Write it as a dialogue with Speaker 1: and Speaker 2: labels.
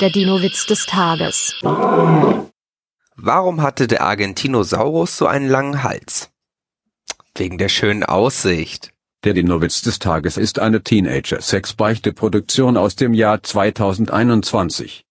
Speaker 1: Der Dino-Witz des Tages.
Speaker 2: Warum hatte der Argentinosaurus so einen langen Hals? Wegen der schönen Aussicht.
Speaker 3: Der Dinowitz des Tages ist eine Teenager-Sex-Beichte-Produktion aus dem Jahr 2021.